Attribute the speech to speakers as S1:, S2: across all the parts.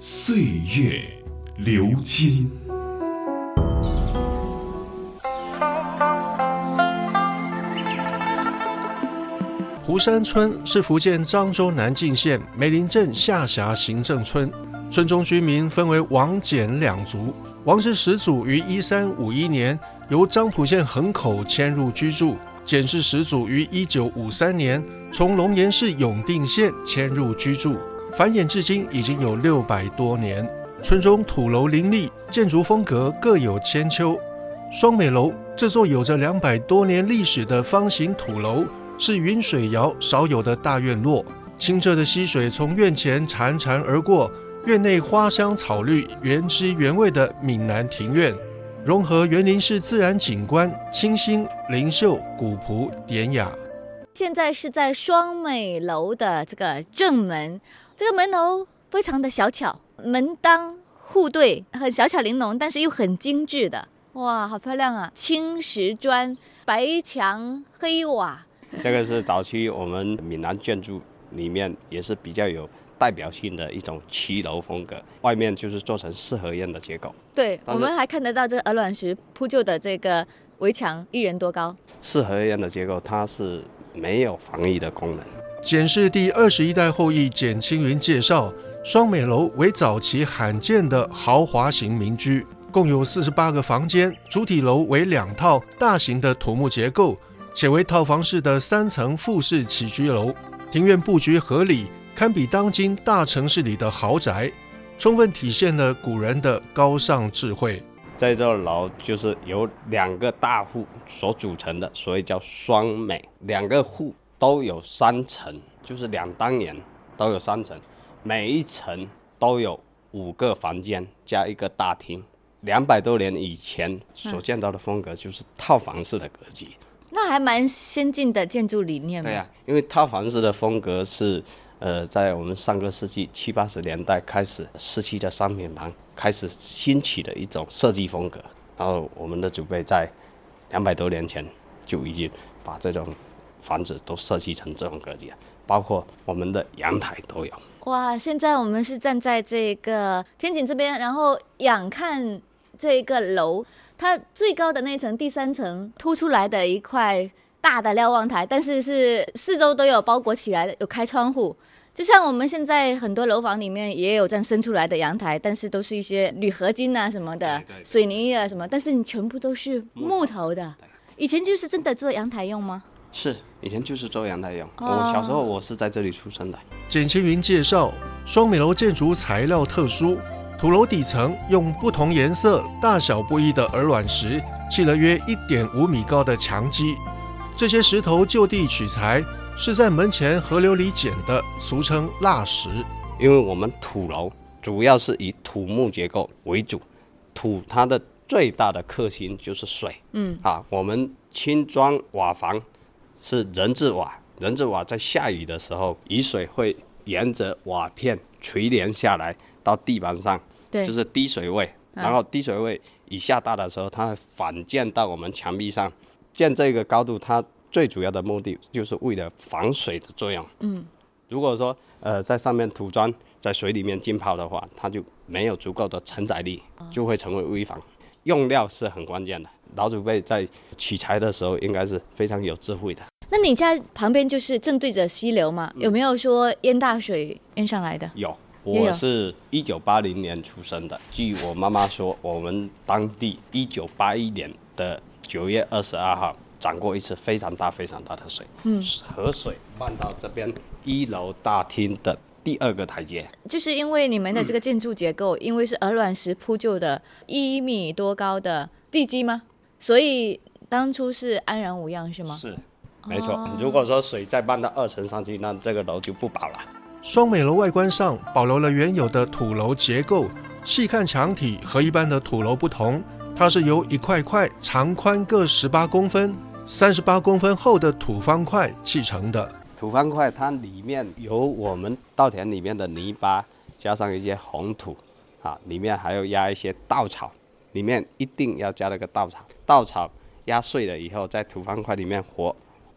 S1: 岁月流金。
S2: 湖山村是福建漳州南靖县梅林镇下辖行政村，村中居民分为王、简两族。王氏始祖于一三五一年由漳浦县横口迁入居住，简氏始祖于一九五三年从龙岩市永定县迁入居住，繁衍至今已经有六百多年。村中土楼林立，建筑风格各有千秋，双美楼这座有着两百多年历史的方形土楼，是云水谣少有的大院落。清澈的溪水从院前潺潺而过，院内花香草绿，原汁原味的闽南庭院，融合园林式自然景观，清新、灵秀、古朴、典雅。
S3: 现在是在双美楼的这个正门，这个门楼非常的小巧，门当户对，很小巧玲珑，但是又很精致的，哇，好漂亮啊！青石砖、白墙黑瓦，
S4: 这个是早期我们闽南建筑里面也是比较有代表性的一种骑楼风格，外面就是做成四合院的结构。
S3: 对
S4: 但
S3: 我
S4: 是
S3: 们还看得到这个鹅卵石铺就的这个围墙，一人多高。
S4: 四合院的结构它是没有防疫的功能。
S2: 简氏第二十一代后裔简青云介绍，双美楼为早期罕见的豪华型民居，共有四十八个房间，主体楼为两套大型的土木结构，且为套房式的三层复式起居楼，庭院布局合理，堪比当今大城市里的豪宅，充分体现了古人的高尚智慧。
S4: 这座楼就是由两个大户所组成的，所以叫双美。两个户都有三层，就是两单元都有三层，每一层都有五个房间加一个大厅。两百多年以前所见到的风格就是套房式的格局。
S3: 那还蛮先进的建筑理念嘛。
S4: 对呀、因为套房式的风格是，呃，在我们上个世纪七八十年代开始，市区的商品房开始兴起的一种设计风格。然后我们的祖辈在两百多年前就已经把这种房子都设计成这种格局了，包括我们的阳台都有。
S3: 哇，现在我们是站在这个天井这边，然后仰看这个楼，它最高的那层第三层凸出来的一块大的瞭望台，但是是四周都有包裹起来的，有开窗户。就像我们现在很多楼房里面也有这样伸出来的阳台，但是都是一些铝合金啊什么的、
S4: 对对
S3: 水泥啊什么，但是你全部都是木头的。以前就是真的做阳台用吗？
S4: 是，以前就是做阳台用。
S3: 哦
S4: 我小时候我是在这里出生的。
S2: 简青云介绍，双美楼建筑材料特殊，土楼底层用不同颜色、大小不一的鹅卵石砌了约一点五米高的墙基。这些石头就地取材，是在门前河流里捡的，俗称蜡石。
S4: 因为我们土楼主要是以土木结构为主，土它的最大的克星就是水
S3: 嗯，
S4: 啊。我们青砖瓦房是人字瓦，人字瓦在下雨的时候，雨水会沿着瓦片垂帘下来到地板上，
S3: 对，
S4: 就是滴水位。
S3: 啊
S4: 然后滴水位以下大的时候，它会反溅到我们墙壁上。建这个高度，它最主要的目的就是为了防水的作用。
S3: 嗯，
S4: 如果说呃在上面涂砖，在水里面浸泡的话，它就没有足够的承载力，
S3: 哦
S4: 就会成为危房。用料是很关键的，老祖辈在取材的时候应该是非常有智慧的。
S3: 那你家旁边就是正对着溪流嘛？有没有说淹大水淹上来的？
S4: 有，
S3: 也有
S4: 我是一九八零年出生的。据我妈妈说，我们当地一九八一年的九月二十二号涨过一次非常大、非常大的水，
S3: 嗯，
S4: 河水漫到这边一楼大厅的第二个台阶。
S3: 就是因为你们的这个建筑结构，因为是鹅卵石铺就的，一米多高的地基吗？所以当初是安然无恙是吗？
S4: 是，没错
S3: 哦。
S4: 如果说水再漫到二层上去，那这个楼就不保了。
S2: 双美楼外观上保留了原有的土楼结构，细看墙体和一般的土楼不同，它是由一块块长宽各十八公分、三十八公分厚的土方块砌成的。
S4: 土方块它里面有我们稻田里面的泥巴，加上一些红土，啊，里面还有压一些稻草，里面一定要加那个稻草。稻草压碎了以后，在土方块里面和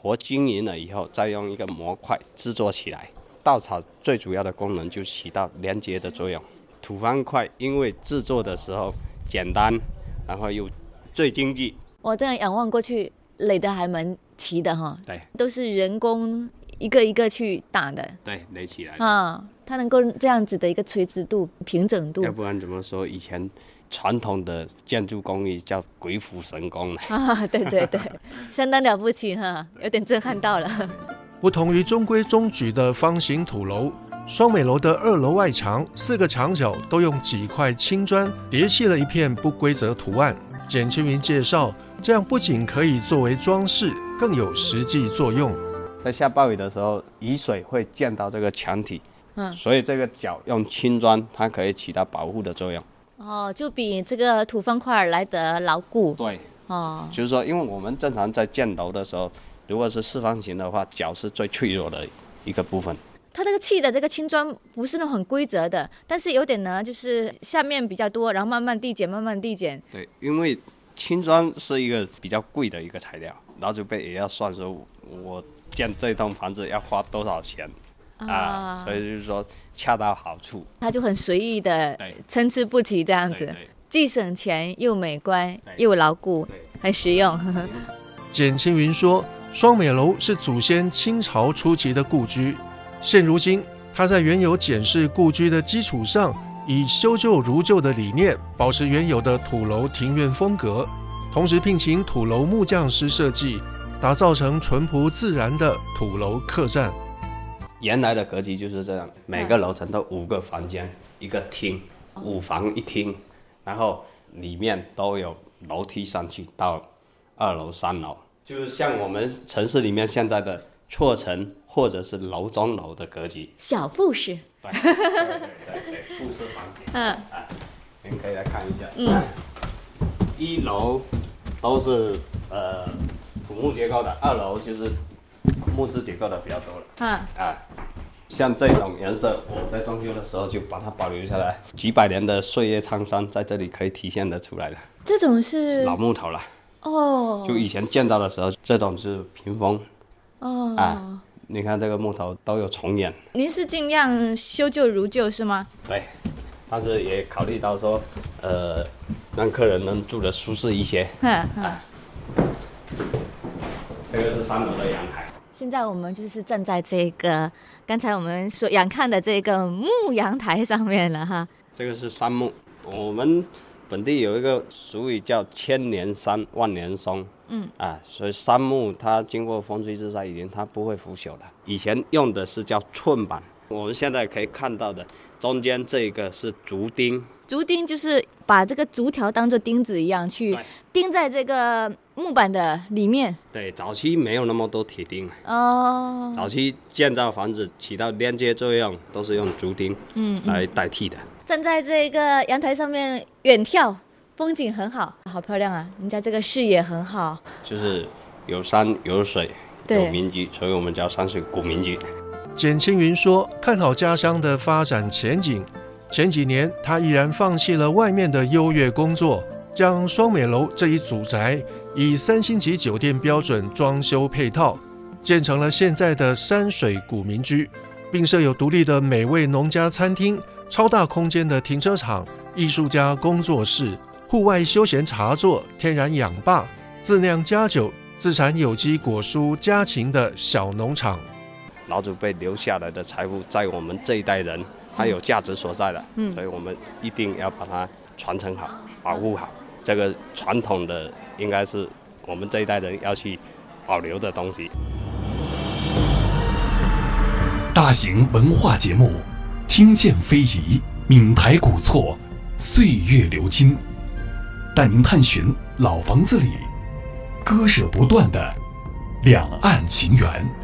S4: 和均匀了以后，再用一个模块制作起来。稻草最主要的功能就起到连接的作用。土方块因为制作的时候简单，然后又最经济，
S3: 我这样仰望过去，垒的还蛮齐的哈，
S4: 对
S3: 都是人工一个一个去打的
S4: 对，垒起来的。
S3: 啊，它能够这样子的一个垂直度、平整度
S4: 要，不然怎么说以前传统的建筑工艺叫鬼斧神工呢？
S3: 啊，对对 对，相当了不起哈，有点震撼到了。
S2: 不同于中规中矩的方形土楼，双美楼的二楼外墙四个墙角都用几块青砖叠砌了一片不规则图案。简清云介绍，这样不仅可以作为装饰，更有实际作用。
S4: 在下暴雨的时候，雨水会溅到这个墙体，
S3: 嗯
S4: 所以这个角用青砖，它可以起到保护的作用。
S3: 哦，就比这个土方块儿来得牢固
S4: 对，
S3: 哦。
S4: 就是说，因为我们正常在建楼的时候，如果是四方形的话，角是最脆弱的一个部分。
S3: 它这个砌的这个青砖不是那种很规则的，但是有点呢，就是下面比较多，然后慢慢递减，慢慢递减。
S4: 对，因为青砖是一个比较贵的一个材料，老祖辈也要算说，我建这栋房子要花多少钱
S3: 啊
S4: 啊？所以就是说恰到好处。
S3: 它就很随意的
S4: 对，
S3: 参差不齐这样
S4: 对
S3: 子，
S4: 对
S3: 既省钱又美观
S4: 对
S3: 又牢固
S4: 对，
S3: 还实用。
S2: 简青云说，双美楼是祖先清朝初期的故居，现如今它在原有简式故居的基础上，以修旧如旧的理念，保持原有的土楼庭院风格，同时聘请土楼木匠师设计，打造成淳朴自然的土楼客栈。
S4: 原来的格局就是这样，每个楼层都五个房间，一个厅，
S3: 哦
S4: 五房一厅，然后里面都有楼梯上去到二楼、三楼，就是像我们城市里面现在的错层或者是楼中楼的格 局。
S3: 小复式，
S4: 对对对对，复式房间。嗯，啊，你们可以来看一下。嗯，一楼都是呃土木结构的，二楼就是木质结构的比较多了。
S3: 嗯，
S4: 啊，像这种颜色，我在装修的时候就把它保留下来，几百年的岁月沧桑在这里可以体现得出来了。
S3: 这种是
S4: 老木头了，
S3: 哦
S4: 就以前建造的时候，这种是屏风
S3: 哦，
S4: 啊，你看这个木头都有重眼，
S3: 您是尽量修旧如旧是吗？
S4: 对，但是也考虑到说，呃，让客人能住得舒适一些。
S3: 哼哼。
S4: 啊这个是三楼的阳台，
S3: 现在我们就是站在这个刚才我们所仰看的这个木阳台上面了哈。
S4: 这个是杉木，我们本地有一个俗语叫“千年杉，万年松”。嗯啊，所以杉木它经过风吹日晒雨淋，它不会腐朽的。以前用的是叫寸板，我们现在可以看到的中间这个是竹钉，
S3: 竹钉就是把这个竹条当做钉子一样去
S4: 对
S3: 钉在这个木板的里面
S4: 对，早期没有那么多铁钉啊，
S3: 哦。
S4: 早期建造房子起到连接作用都是用竹钉
S3: 嗯，嗯
S4: 来代替的。
S3: 站在这个阳台上面远眺，风景很好，好漂亮啊！人家这个视野很好。
S4: 就是有山有水
S3: 对
S4: 有民居，所以我们叫山水古民居。
S2: 简青云说，看好家乡的发展前景。前几年，他毅然放弃了外面的优越工作，将双美楼这一祖宅以三星级酒店标准装修配套，建成了现在的山水古民居，并设有独立的美味农家餐厅、超大空间的停车场、艺术家工作室、户外休闲茶座、天然氧吧、自酿家酒、自产有机果蔬、家禽的小农场。
S4: 老祖辈留下来的财富，在我们这一代人，它有价值所在的，
S3: 嗯
S4: 所以我们一定要把它传承好、保护好。这个传统的应该是我们这一代人要去保留的东西。
S1: 大型文化节目，听见非遗，闽台古厝，岁月流金，带您探寻老房子里割舍不断的两岸情缘。